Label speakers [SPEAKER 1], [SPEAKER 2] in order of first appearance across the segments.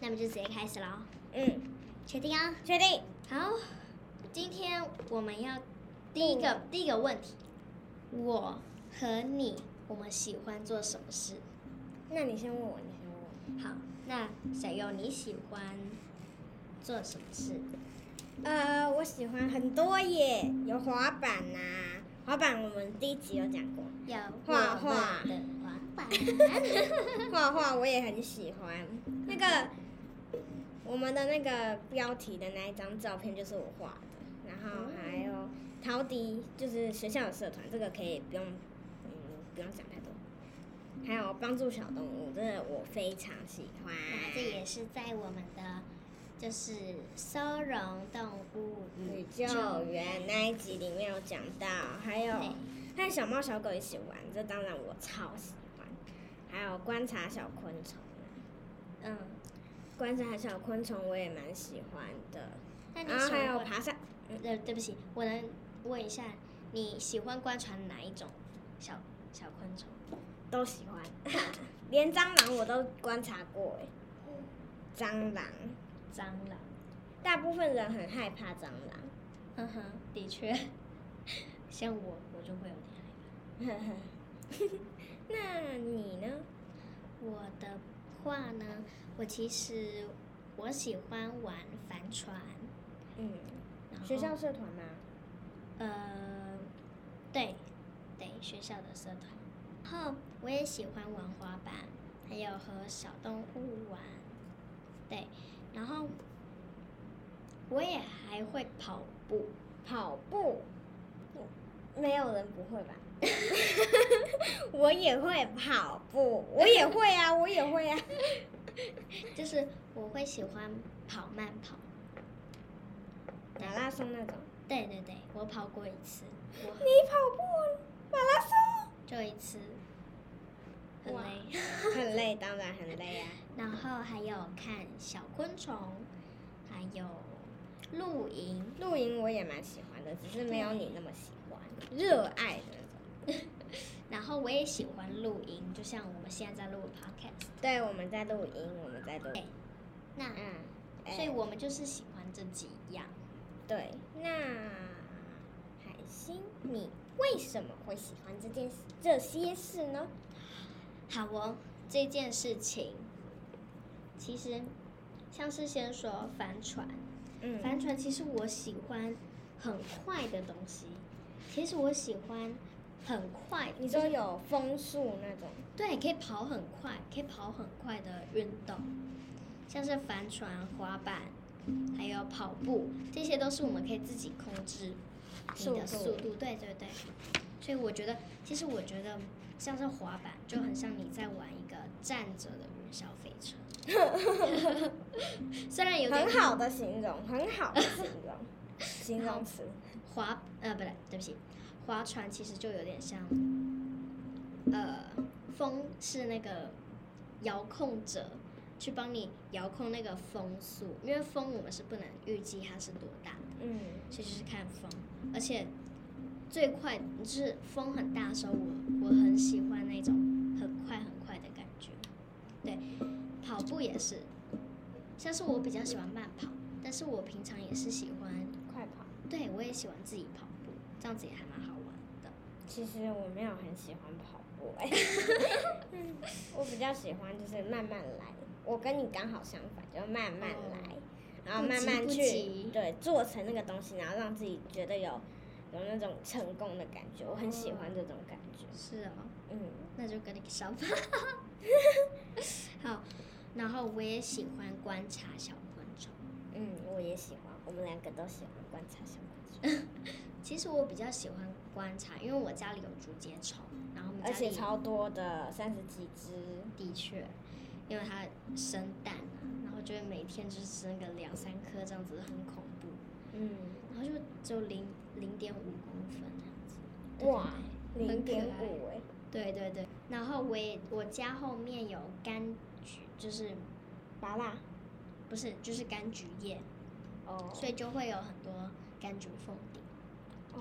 [SPEAKER 1] 那么就直接开始喽，
[SPEAKER 2] 嗯，
[SPEAKER 1] 确定啊？
[SPEAKER 2] 确定。
[SPEAKER 1] 好，今天我们要第一个、第一个问题，我和你，我们喜欢做什么事？
[SPEAKER 2] 那你先问我，你先问我。
[SPEAKER 1] 好，那小优你喜欢做什么事？
[SPEAKER 2] 呃，我喜欢很多耶，有滑板呐、滑板我们第一集有讲过，
[SPEAKER 1] 要
[SPEAKER 2] 画
[SPEAKER 1] 我
[SPEAKER 2] 画
[SPEAKER 1] 们的滑板。
[SPEAKER 2] 画画我也很喜欢。那个我们的那个标题的那一张照片就是我画的，然后还有陶笛，就是学校的社团，这个可以不用，嗯，不用讲太多。还有帮助小动物，这个我非常喜欢。
[SPEAKER 1] 那这也是在我们的就是收容动物
[SPEAKER 2] 宇
[SPEAKER 1] 与
[SPEAKER 2] 宙员那一集里面有讲到，还有
[SPEAKER 1] 对
[SPEAKER 2] 和小猫小狗一起玩，这当然我超喜欢。还有观察小昆虫，
[SPEAKER 1] 嗯，
[SPEAKER 2] 观察小昆虫我也蛮喜欢的。
[SPEAKER 1] 那你
[SPEAKER 2] 然后
[SPEAKER 1] 喜
[SPEAKER 2] 啊还
[SPEAKER 1] 欢
[SPEAKER 2] 有
[SPEAKER 1] 观？
[SPEAKER 2] 爬山，
[SPEAKER 1] 呃，对不起，我能问一下，你喜欢观察哪一种小小昆虫？
[SPEAKER 2] 都喜欢， 连蟑螂我都观察过哎。蟑螂，
[SPEAKER 1] 蟑螂。
[SPEAKER 2] 大部分人很害怕蟑螂。嗯
[SPEAKER 1] 哼哼，的确， 像我我就会有点害怕。
[SPEAKER 2] 那你呢？
[SPEAKER 1] 我的话呢，我其实我喜欢玩帆船，
[SPEAKER 2] 嗯，
[SPEAKER 1] 然后
[SPEAKER 2] 学校社团吗？
[SPEAKER 1] 呃，对，对，学校的社团。然后我也喜欢玩滑板，还有和小动物玩。对，然后我也还会跑步。
[SPEAKER 2] 跑步，没有人不会吧？ 我也会跑步，我也会啊，我也会啊。
[SPEAKER 1] 就是我会喜欢跑慢跑。
[SPEAKER 2] 马拉松那种，
[SPEAKER 1] 对对对，我跑过一次，我
[SPEAKER 2] 你跑步啊马拉松，
[SPEAKER 1] 就一次，很
[SPEAKER 2] 哇
[SPEAKER 1] 累。
[SPEAKER 2] 很累，当然很累啊。
[SPEAKER 1] 然后还有看小昆虫，还有露营。
[SPEAKER 2] 露营我也蛮喜欢的，只是没有你那么喜欢，热爱的那种。
[SPEAKER 1] 然后我也喜欢录音，就像我们现在在录 podcast。
[SPEAKER 2] 对，我们在露营，我们在露
[SPEAKER 1] 对
[SPEAKER 2] 营。
[SPEAKER 1] 那、
[SPEAKER 2] 嗯，哎
[SPEAKER 1] 啊所以我们就是喜欢这几样。
[SPEAKER 2] 对，那海星，你为什么会喜欢这件事这些事呢？
[SPEAKER 1] 好哦，这件事情其实像是先说帆船，
[SPEAKER 2] 嗯
[SPEAKER 1] 帆船其实我喜欢很快的东西，其实我喜欢很快，
[SPEAKER 2] 你说有风速那种，
[SPEAKER 1] 对，可以跑很快，可以跑很快的运动，像是帆船、滑板，还有跑步，这些都是我们可以自己控制你的
[SPEAKER 2] 速
[SPEAKER 1] 速
[SPEAKER 2] 度
[SPEAKER 1] 度。对对对，所以我觉得，其实我觉得像是滑板就很像你在玩一个站着的云霄飞车， 虽然哎有点
[SPEAKER 2] 很好的形容，很好的形 容，形容词。
[SPEAKER 1] 划呃不对，对不起，划船其实就有点像，呃，风是那个遥控者去帮你遥控那个风速，因为风我们是不能预计它是多大的，
[SPEAKER 2] 嗯，
[SPEAKER 1] 所以就是看风，而且最快就是风很大的时候，我我很喜欢那种很快很快的感觉，对，跑步也是，像是我比较喜欢慢跑，但是我平常也是喜欢。
[SPEAKER 2] 快跑。
[SPEAKER 1] 对，我也喜欢自己跑步，这样子也还蛮好玩的。
[SPEAKER 2] 其实我没有很喜欢跑步、 哎，我比较喜欢就是慢慢来。我跟你刚好相反，就慢慢来，然后慢慢
[SPEAKER 1] 哦不急
[SPEAKER 2] 去
[SPEAKER 1] 不急
[SPEAKER 2] 对做成那个东西，然后让自己觉得有有那种成功的感觉。我很喜欢这种感觉。
[SPEAKER 1] 是哦，
[SPEAKER 2] 嗯，
[SPEAKER 1] 那就跟你相反。 好，然后我也喜欢观察小昆虫。
[SPEAKER 2] 嗯，我也喜欢，我们两个都喜欢观察小 昆虫，
[SPEAKER 1] 其实我比较喜欢观察，因为我家里有竹节虫，然后我们
[SPEAKER 2] 而
[SPEAKER 1] 家
[SPEAKER 2] 且
[SPEAKER 1] 里
[SPEAKER 2] 超多的，三十几只。
[SPEAKER 1] 的确，因为它生蛋啊，然后就会每天就是生个两三颗这样子，很恐怖。
[SPEAKER 2] 嗯，
[SPEAKER 1] 然后就只有零零点五公分这样子。对
[SPEAKER 2] 哇，
[SPEAKER 1] 对对
[SPEAKER 2] 零点
[SPEAKER 1] 很可爱
[SPEAKER 2] 五哎，
[SPEAKER 1] 对对对，然后我也我家后面有柑橘，就是
[SPEAKER 2] 拔蜡
[SPEAKER 1] 不是就是柑橘叶，
[SPEAKER 2] 哦，
[SPEAKER 1] 所以就会有很多柑橘凤蝶，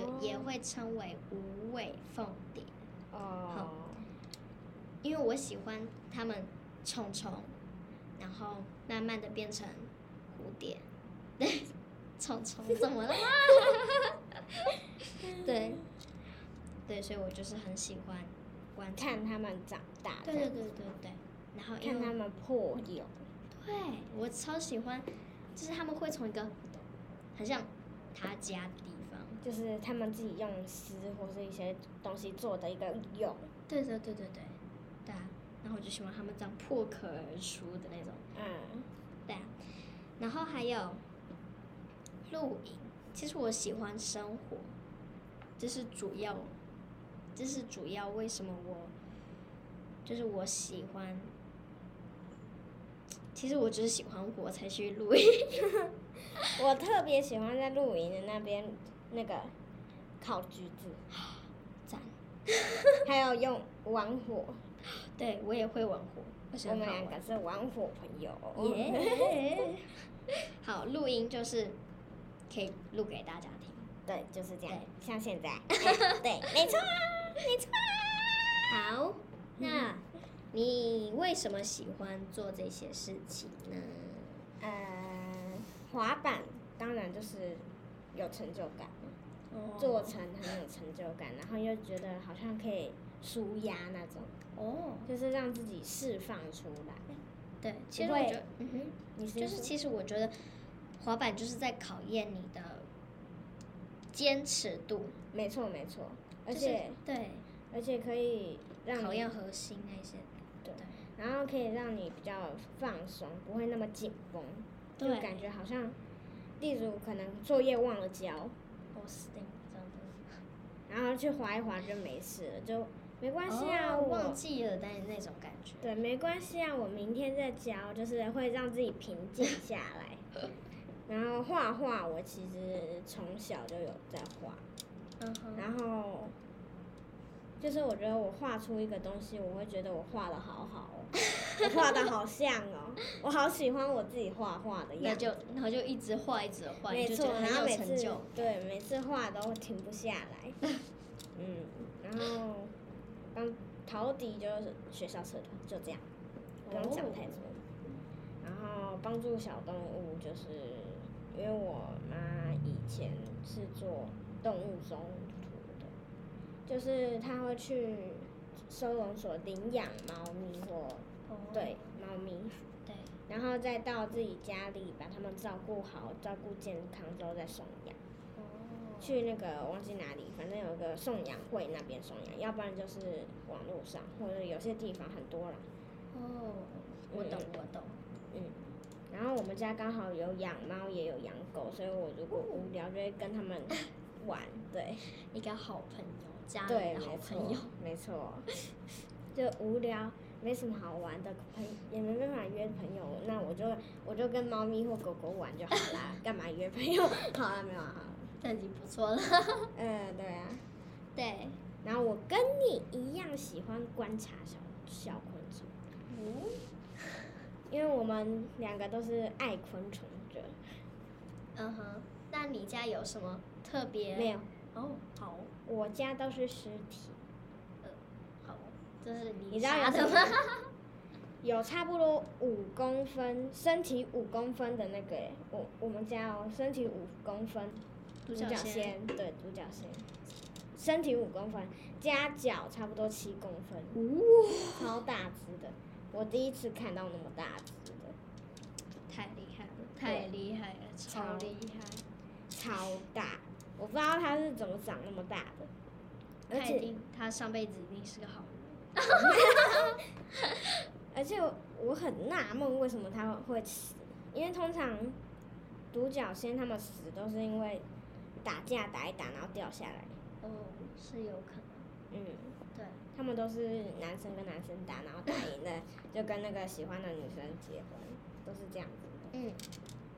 [SPEAKER 1] 有也
[SPEAKER 2] 哦
[SPEAKER 1] 会称为无尾凤蝶，
[SPEAKER 2] 哦
[SPEAKER 1] 因为我喜欢它们虫虫，然后慢慢的变成蝴蝶。 对，虫虫怎么了？ 对，对，所以我就是很喜欢观察。
[SPEAKER 2] 看他们长大，
[SPEAKER 1] 对对对对对。然后因
[SPEAKER 2] 看
[SPEAKER 1] 为
[SPEAKER 2] 他们破蛹，
[SPEAKER 1] 对我超喜欢，就是他们会从一个很像他家的地方，
[SPEAKER 2] 就是他们自己用丝或是一些东西做的一个蛹，
[SPEAKER 1] 对对对对对，对啊。然后我就喜欢他们这样破壳而出的那种，
[SPEAKER 2] 嗯，
[SPEAKER 1] 对啊。然后还有露营，其实我喜欢生活，这是主要，这是主要为什么我，就是我喜欢。其实我只是喜欢我才去露营，
[SPEAKER 2] 我特别喜欢在露营的那边那个烤橘子，
[SPEAKER 1] 赞。
[SPEAKER 2] 还有用玩火，
[SPEAKER 1] 对我也会玩火， 我喜
[SPEAKER 2] 我
[SPEAKER 1] 欢
[SPEAKER 2] 们
[SPEAKER 1] 好
[SPEAKER 2] 两
[SPEAKER 1] 玩
[SPEAKER 2] 个是玩火朋友。
[SPEAKER 1] 耶！ 好，录音就是可以录给大家听。
[SPEAKER 2] 对，就是这样
[SPEAKER 1] 对，
[SPEAKER 2] 像现 在，哎对，没错啊，没错啊。
[SPEAKER 1] 好，
[SPEAKER 2] 嗯
[SPEAKER 1] 那你为什么喜欢做这些事情呢？
[SPEAKER 2] 呃，滑板当然就是有成就感，
[SPEAKER 1] 做
[SPEAKER 2] 做成很有成就感，然后又觉得好像可以舒压那种，
[SPEAKER 1] 哦，
[SPEAKER 2] 就是让自己释放出来。
[SPEAKER 1] 对，其实
[SPEAKER 2] 不
[SPEAKER 1] 我
[SPEAKER 2] 会
[SPEAKER 1] 觉得，嗯哼，
[SPEAKER 2] 你是
[SPEAKER 1] 就是其实我觉得滑板就是在考验你的坚持度，
[SPEAKER 2] 没错没错，而
[SPEAKER 1] 就是
[SPEAKER 2] 且
[SPEAKER 1] 对
[SPEAKER 2] 而且可以让
[SPEAKER 1] 考
[SPEAKER 2] 你，
[SPEAKER 1] 验核心那些，
[SPEAKER 2] 对
[SPEAKER 1] 对
[SPEAKER 2] 然后可以让你比较放松，不会那么紧绷，就
[SPEAKER 1] 对
[SPEAKER 2] 感觉好像，例如可能作业忘了交，
[SPEAKER 1] 我哦死定了这样子。
[SPEAKER 2] 然后去滑一滑就没事了，就没关系啊，
[SPEAKER 1] 哦
[SPEAKER 2] 我
[SPEAKER 1] 忘记了，但是那种感觉。
[SPEAKER 2] 对，没关系啊，我明天再教，就是会让自己平静下 来。然后画画，我其实从小就有在画，
[SPEAKER 1] 嗯哼，
[SPEAKER 2] 然后就是我觉得我画出一个东西，我会觉得我画的好好 哦，我画的好像哦，我好喜欢我自己画画的
[SPEAKER 1] 那
[SPEAKER 2] 样子。
[SPEAKER 1] 就然后就一直画，一直画，你
[SPEAKER 2] 没
[SPEAKER 1] 就觉
[SPEAKER 2] 错，
[SPEAKER 1] 得
[SPEAKER 2] 然后
[SPEAKER 1] 很
[SPEAKER 2] 每
[SPEAKER 1] 有成
[SPEAKER 2] 次
[SPEAKER 1] 就。
[SPEAKER 2] 对每次画都停不下 来。嗯，然后刚陶笛就是学校社团，就这样。不用讲太多。然后帮助小动物，就是因为我妈以前是做动物中途的，就是她会去收容所领养猫咪或
[SPEAKER 1] 哦
[SPEAKER 2] 对猫咪，
[SPEAKER 1] 对，
[SPEAKER 2] 然后再到自己家里把它们照顾好，照顾健康之后再送养。
[SPEAKER 1] 哦，
[SPEAKER 2] 去那个忘记哪里，反正有一个送养会那边送养，要不然就是网络上或者有些地方很多啦。
[SPEAKER 1] 哦，我懂，我懂。
[SPEAKER 2] 嗯然后我们家刚好有养猫，也有养狗，所以我如果无聊就会跟 他们玩。对，
[SPEAKER 1] 一个好朋友，家
[SPEAKER 2] 对，
[SPEAKER 1] 人的好
[SPEAKER 2] 没
[SPEAKER 1] 朋友
[SPEAKER 2] 错。，没错。 就无聊，没什么好玩的，朋也没办法约朋友，那我就我就跟猫咪或狗狗玩就好 啦，干嘛约朋友？ 好了，没有啊
[SPEAKER 1] 那已经不错了。
[SPEAKER 2] 好了。嗯，对啊。
[SPEAKER 1] 对，
[SPEAKER 2] 然后我跟你一样喜欢观察小小昆虫，
[SPEAKER 1] 哦，
[SPEAKER 2] 因为我们两个都是爱昆虫者。
[SPEAKER 1] 嗯哼，那你家有什么特别？
[SPEAKER 2] 没有，
[SPEAKER 1] 哦，好，呃
[SPEAKER 2] 我家都是尸体。
[SPEAKER 1] 好，这是你
[SPEAKER 2] 你知道有
[SPEAKER 1] 家
[SPEAKER 2] 什
[SPEAKER 1] 的
[SPEAKER 2] 么
[SPEAKER 1] 吗？
[SPEAKER 2] 有差不多五公分，身体五公分的那个耶，我我们家哦，身体五公分，
[SPEAKER 1] 独角仙，
[SPEAKER 2] 仙，对，独角仙，身体五公分，加脚差不多七公分，
[SPEAKER 1] 哦，
[SPEAKER 2] 超大只的，我第一次看到那么大只的，
[SPEAKER 1] 太厉害了，太厉害了，超
[SPEAKER 2] 超
[SPEAKER 1] 厉害。
[SPEAKER 2] 超大，我不知道它是怎么长那么大的，而
[SPEAKER 1] 他一
[SPEAKER 2] 且
[SPEAKER 1] 定，他上辈子一定是个好人。
[SPEAKER 2] 而且我我很纳闷为什么它会死，因为通常独角仙它们死都是因为打架打一打然后掉下来。
[SPEAKER 1] 哦，是有可能。
[SPEAKER 2] 嗯，
[SPEAKER 1] 对，
[SPEAKER 2] 他们都是男生跟男生打，然后打赢了就跟那个喜欢的女生结婚，都是这样子的。
[SPEAKER 1] 嗯，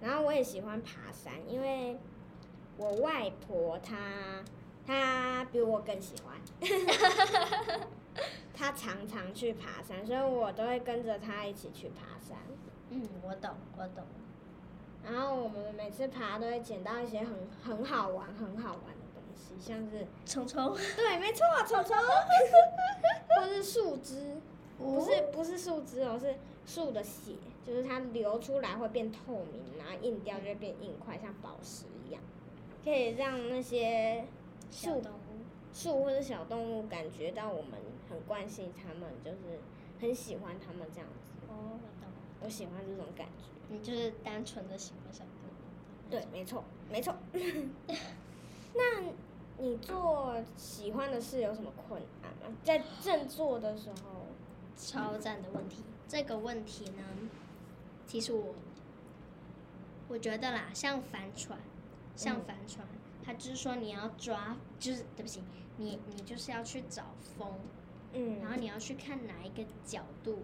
[SPEAKER 2] 然后我也喜欢爬山，因为我外婆她她比我更喜欢，她常常去爬山，所以我都会跟着她一起去爬山。
[SPEAKER 1] 嗯，我懂，我懂。
[SPEAKER 2] 然后我们每次爬都会捡到一些很很好玩、很好玩的东西，像是
[SPEAKER 1] 虫虫，
[SPEAKER 2] 对，没错，虫虫， 或是树枝。不
[SPEAKER 1] 不
[SPEAKER 2] 哦是不是树枝哦，是树的血，就是它流出来会变透明，然后硬掉就会变硬块，像宝石一样，可以让那些
[SPEAKER 1] 小
[SPEAKER 2] 树
[SPEAKER 1] 动物，
[SPEAKER 2] 树或者小动物感觉到我们很关心它们，就是很喜欢它们这样子。
[SPEAKER 1] 哦，我懂了，
[SPEAKER 2] 我喜欢这种感觉。
[SPEAKER 1] 你就是单纯的喜欢小动物。
[SPEAKER 2] 对，没错，没错。 那你做喜欢的事有什么困难吗？在正做的时候，
[SPEAKER 1] 超赞的问题。这个问题呢，其实我我觉得啦，像帆船，像
[SPEAKER 2] 嗯
[SPEAKER 1] 帆船，它就是说你要抓，就是对不起，你你就是要去找风，
[SPEAKER 2] 嗯，
[SPEAKER 1] 然后你要去看哪一个角度，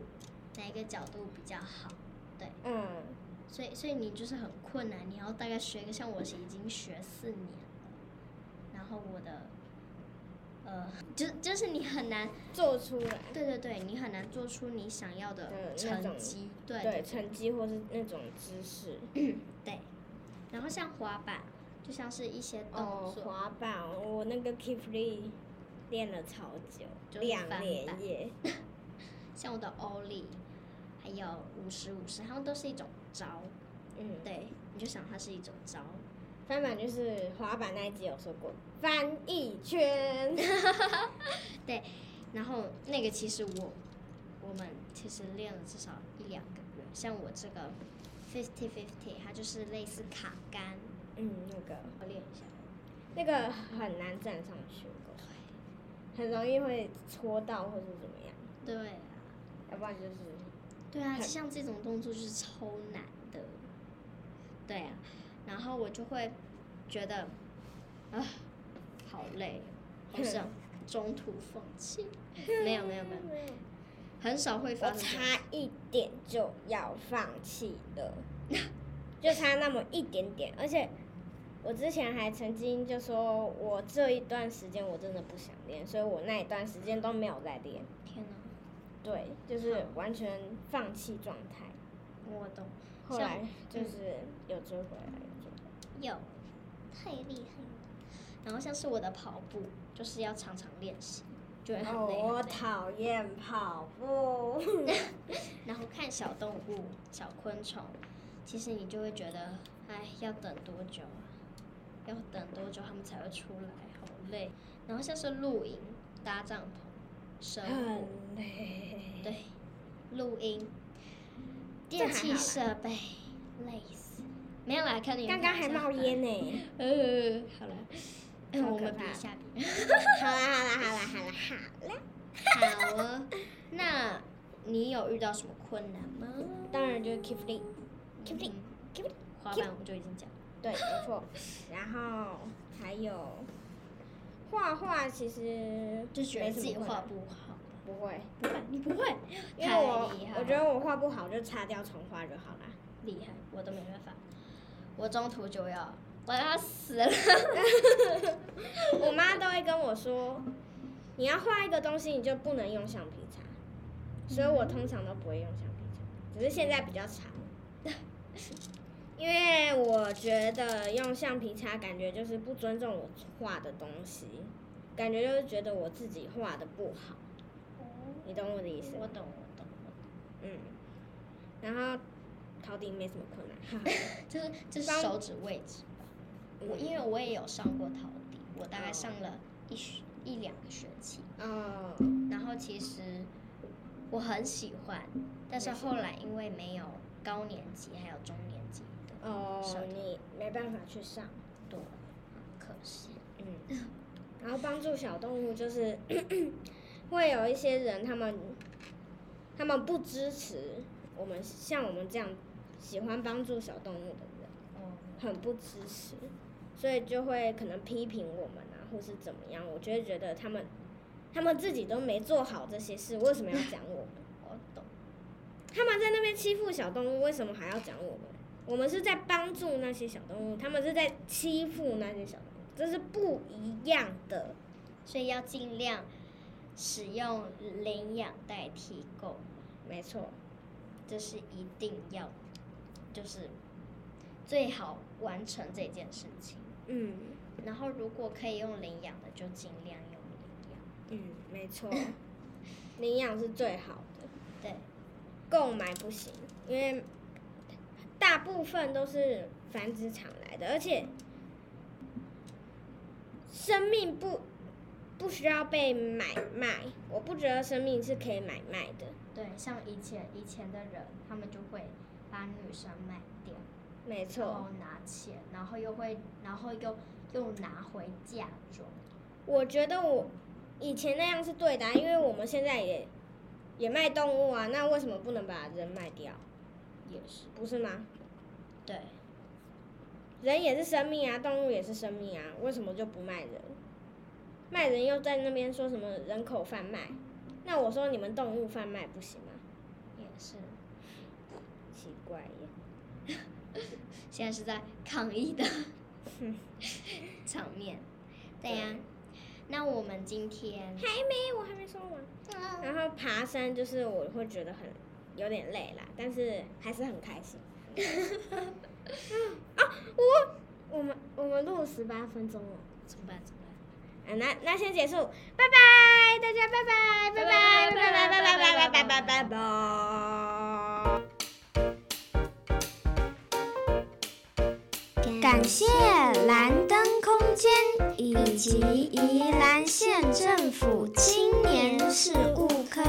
[SPEAKER 1] 哪一个角度比较好。
[SPEAKER 2] 嗯，
[SPEAKER 1] 所以所以你就是很困难，你要大概学个像我已经学四年了，然后我的。呃，就就是你很难，
[SPEAKER 2] 做出来
[SPEAKER 1] 对对对，你很难做出你想要
[SPEAKER 2] 的
[SPEAKER 1] 的
[SPEAKER 2] 那
[SPEAKER 1] 成
[SPEAKER 2] 种
[SPEAKER 1] 绩，
[SPEAKER 2] 对成绩或是那种姿势，
[SPEAKER 1] 对，然后像滑板，就像是一些动
[SPEAKER 2] 哦，
[SPEAKER 1] 作，
[SPEAKER 2] 滑板，我那个 keep free 练了超久，
[SPEAKER 1] 就是
[SPEAKER 2] 两
[SPEAKER 1] 翻
[SPEAKER 2] 年
[SPEAKER 1] 板
[SPEAKER 2] 耶。
[SPEAKER 1] 像我的欧力，还有五十五十，它们都是一种招。
[SPEAKER 2] 嗯，
[SPEAKER 1] 对，你就想它是一种招。
[SPEAKER 2] 翻板就是滑板那一集有说过，翻一圈。
[SPEAKER 1] 然后那个其实我，我们其实练了至少一两个月。像我这个 fifty fifty，它就是类似卡杆，
[SPEAKER 2] 嗯，那个
[SPEAKER 1] 我练一下。
[SPEAKER 2] 那个很难站上去，我告诉你很容易会戳到或是怎么样，
[SPEAKER 1] 对啊，
[SPEAKER 2] 要不然就是
[SPEAKER 1] 对啊，
[SPEAKER 2] 很
[SPEAKER 1] 像这种动作就是超难的。对啊，然后我就会觉得，啊，好累，哦好 想中途放弃。没有没有没有，
[SPEAKER 2] 有，
[SPEAKER 1] 很少会
[SPEAKER 2] 我
[SPEAKER 1] 发生这种。
[SPEAKER 2] 差一点就要放弃 了，就差那么一点点，而且。我之前还曾经就说，我这一段时间我真的不想练，所以我那一段时间都没有在练，
[SPEAKER 1] 天哪，
[SPEAKER 2] 对，就是完全放弃状态。
[SPEAKER 1] 我懂。
[SPEAKER 2] 后
[SPEAKER 1] 像
[SPEAKER 2] 来就
[SPEAKER 1] 嗯
[SPEAKER 2] 是有追回来，有追回来。
[SPEAKER 1] 有，太厉害了。然后像是我的跑步，就是要常常练习，就会很累
[SPEAKER 2] 哦，我
[SPEAKER 1] 很累。
[SPEAKER 2] 讨厌跑步。
[SPEAKER 1] 然后看小动物、小昆虫，其实你就会觉得，哎，要等多久啊？要等多久它们才会出来？好累。然后像是露营、搭帐 篷、生
[SPEAKER 2] 很
[SPEAKER 1] 火、
[SPEAKER 2] 累。嗯
[SPEAKER 1] 对，录音、
[SPEAKER 2] 这
[SPEAKER 1] 电
[SPEAKER 2] 还
[SPEAKER 1] 器
[SPEAKER 2] 好啦
[SPEAKER 1] 设备，累死。没有啦，看你
[SPEAKER 2] 刚刚还冒。烟呢。
[SPEAKER 1] 呃，好了，
[SPEAKER 2] 超
[SPEAKER 1] 我
[SPEAKER 2] 可
[SPEAKER 1] 们比
[SPEAKER 2] 怕
[SPEAKER 1] 一下比。
[SPEAKER 2] 好啦好啦好啦好啦好啦。
[SPEAKER 1] 好哦，那你有遇到什么困难吗？
[SPEAKER 2] 当然就是 keep fit keep fit
[SPEAKER 1] 嗯
[SPEAKER 2] keep fit。
[SPEAKER 1] 滑板我就已经讲了，
[SPEAKER 2] 对，没错。然后还有画画，其实
[SPEAKER 1] 就觉得
[SPEAKER 2] 没什
[SPEAKER 1] 自
[SPEAKER 2] 么
[SPEAKER 1] 己
[SPEAKER 2] 困
[SPEAKER 1] 画
[SPEAKER 2] 难
[SPEAKER 1] 不好。
[SPEAKER 2] 不会，
[SPEAKER 1] 不会，你不会，
[SPEAKER 2] 因为
[SPEAKER 1] 太
[SPEAKER 2] 我
[SPEAKER 1] 厉害，
[SPEAKER 2] 我觉得我画不好就擦掉重画就好啦。
[SPEAKER 1] 厉害，我都没办法，我中途就要，我要死了。
[SPEAKER 2] 我妈都会跟我说，你要画一个东西，你就不能用橡皮擦，所以我通常都不会用橡皮擦，只是现在比较常，因为我觉得用橡皮擦感觉就是不尊重我画的东西，感觉就是觉得我自己画的不好，你懂我的意思
[SPEAKER 1] 我
[SPEAKER 2] 吗？
[SPEAKER 1] 懂，我懂，我懂，
[SPEAKER 2] 嗯，然后陶笛没什么困难，哈 哈
[SPEAKER 1] 就是就是
[SPEAKER 2] 帮
[SPEAKER 1] 手指位置。我因为我也有上过陶笛，我大概
[SPEAKER 2] 哦
[SPEAKER 1] 上了一学一两个学期，
[SPEAKER 2] 哦，
[SPEAKER 1] 然后其实我很喜欢，但是
[SPEAKER 2] 没事
[SPEAKER 1] 后来因为没有高年级还有中年级的，
[SPEAKER 2] 哦，你没办法去上。
[SPEAKER 1] 对，可惜。
[SPEAKER 2] 嗯，然后帮助小动物就是 会有一些人，他们他们不支持我们像我们这样喜欢帮助小动物的人，
[SPEAKER 1] 哦，
[SPEAKER 2] 很不支持，所以就会可能批评我们啊，或是怎么样。我就会觉得他们他们自己都没做好这些事，为什么要讲我们？
[SPEAKER 1] 我懂，
[SPEAKER 2] 他们在那边欺负小动物，为什么还要讲我们？我们是在帮助那些小动物，他们是在欺负那些小动物，这是不一样的。
[SPEAKER 1] 所以要尽量使用领养代替购，
[SPEAKER 2] 没错，
[SPEAKER 1] 这是一定要，就是最好完成这件事情。
[SPEAKER 2] 嗯
[SPEAKER 1] 然后如果可以用领养的，就尽量用领养。
[SPEAKER 2] 嗯，没错，领养是最好的。
[SPEAKER 1] 对，
[SPEAKER 2] 购买不行，因为大部分都是繁殖场来的，而且生命不不需要被买卖，我不觉得生命是可以买卖的。
[SPEAKER 1] 对，像以前以前的人，他们就会把女生卖掉，
[SPEAKER 2] 没
[SPEAKER 1] 然后
[SPEAKER 2] 错，
[SPEAKER 1] 拿钱，然后又会，然后又又拿回嫁妆。
[SPEAKER 2] 我觉得我以前那样是对的啊、因为我们现在也也卖动物啊，那为什么不能把人卖掉？
[SPEAKER 1] 也是，
[SPEAKER 2] 不是吗？
[SPEAKER 1] 对，
[SPEAKER 2] 人也是生命啊，动物也是生命啊，为什么就不卖人？卖人又在那边说什么人口贩卖？那我说你们动物贩卖不行吗？
[SPEAKER 1] 也是。
[SPEAKER 2] 奇怪耶。
[SPEAKER 1] 现在是在抗议 的场面，对呀、那我们今天，嗯
[SPEAKER 2] 还没，我还没说完。然后爬山就是我会觉得很有点累啦，但是还是很开 心。啊，我我们我们录了十八分钟了。
[SPEAKER 1] 怎么办？怎么办？
[SPEAKER 2] 啊，那那先结束，拜拜，大家拜拜，拜拜，拜拜，拜拜，拜拜，拜拜，拜拜。
[SPEAKER 3] 感谢蓝灯空间以及宜兰县政府青年事务科。